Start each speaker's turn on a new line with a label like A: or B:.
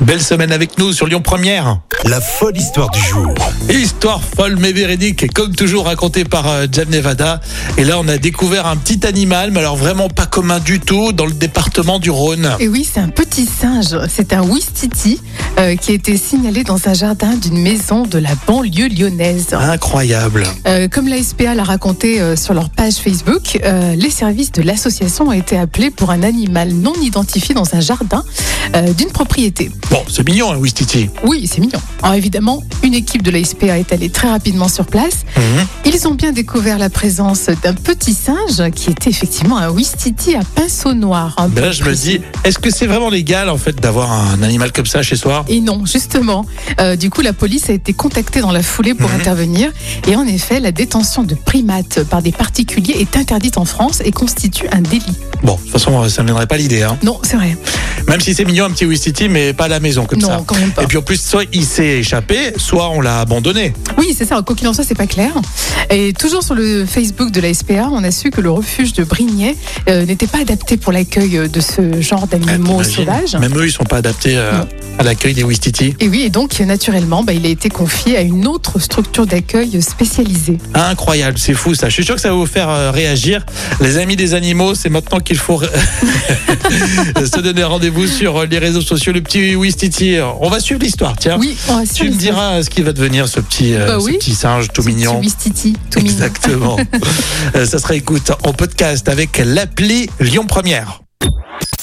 A: Belle semaine avec nous sur Lyon Première.
B: La folle histoire du jour.
A: Histoire folle mais véridique, comme toujours racontée par euh, Jam Nevada. Et là, on a découvert un petit animal, mais alors vraiment pas commun du tout, dans le département du Rhône.
C: Et oui, c'est un petit singe, c'est un Ouistiti euh, qui a été signalé dans un jardin d'une maison de la banlieue lyonnaise.
A: Incroyable.
C: Euh, comme la SPA l'a raconté euh, sur leur page Facebook, euh, les services de l'association ont été appelés pour un animal non identifié dans un jardin euh, d'une propriété.
A: Bon, c'est mignon, hein, Ouistiti.
C: Oui, c'est mignon. Alors évidemment, une équipe de la SPA est allée très rapidement sur place.
A: Mhm.
C: Ils ont bien découvert la présence d'un petit singe qui était effectivement un Ouistiti à pinceau noir. hein,
A: Mais Ben là,
C: pour
A: je me dis, est-ce que c'est vraiment légal, en fait, d'avoir un animal comme ça chez soi
C: Et non, justement. Euh, du coup, la police a été contactée dans la foulée pour
A: Mhm.
C: intervenir. Et en effet, la détention de primates par des particuliers est interdite en France et constitue un délit.
A: Bon, de toute façon, ça ne viendrait pas l'idée. Hein.
C: Non, c'est vrai.
A: Même si c'est mignon, un petit Ouistiti, mais pas à la maison comme
C: non,
A: ça.
C: quand même pas.
A: Et puis en plus, soit il s'est échappé, soit on l'a abandonné.
C: Oui, c'est ça. Quoi qu'il en soit, c'est pas clair. Et toujours sur le Facebook de la SPA, on a su que le refuge de Brignais euh, n'était pas adapté pour l'accueil de ce genre d'animaux
A: Ah, t'imagines
C: sauvages.
A: Même eux, ils sont pas adaptés euh,
C: Non.
A: à l'accueil des Ouistiti.
C: Et oui, et donc naturellement, bah, il a été confié à une autre structure d'accueil spécialisée.
A: Incroyable, c'est fou ça. Je suis sûr que ça va vous faire euh, réagir. Les amis des animaux, c'est maintenant qu'il faut se donner rendez-vous sur euh, les réseaux sociaux. Le petit Ouistiti, euh, on va suivre l'histoire, tiens.
C: Oui, on va
A: Ah.
C: sur
A: tu me
C: les-
A: diras euh, ce qu'il va devenir ce petit, euh,
C: Bah
A: ce
C: oui.
A: petit singe tout
C: ce petit
A: mignon.
C: Ouistiti, tout mignon.
A: Exactement. Euh, ça sera écoute en podcast avec l'appli Lyon Première.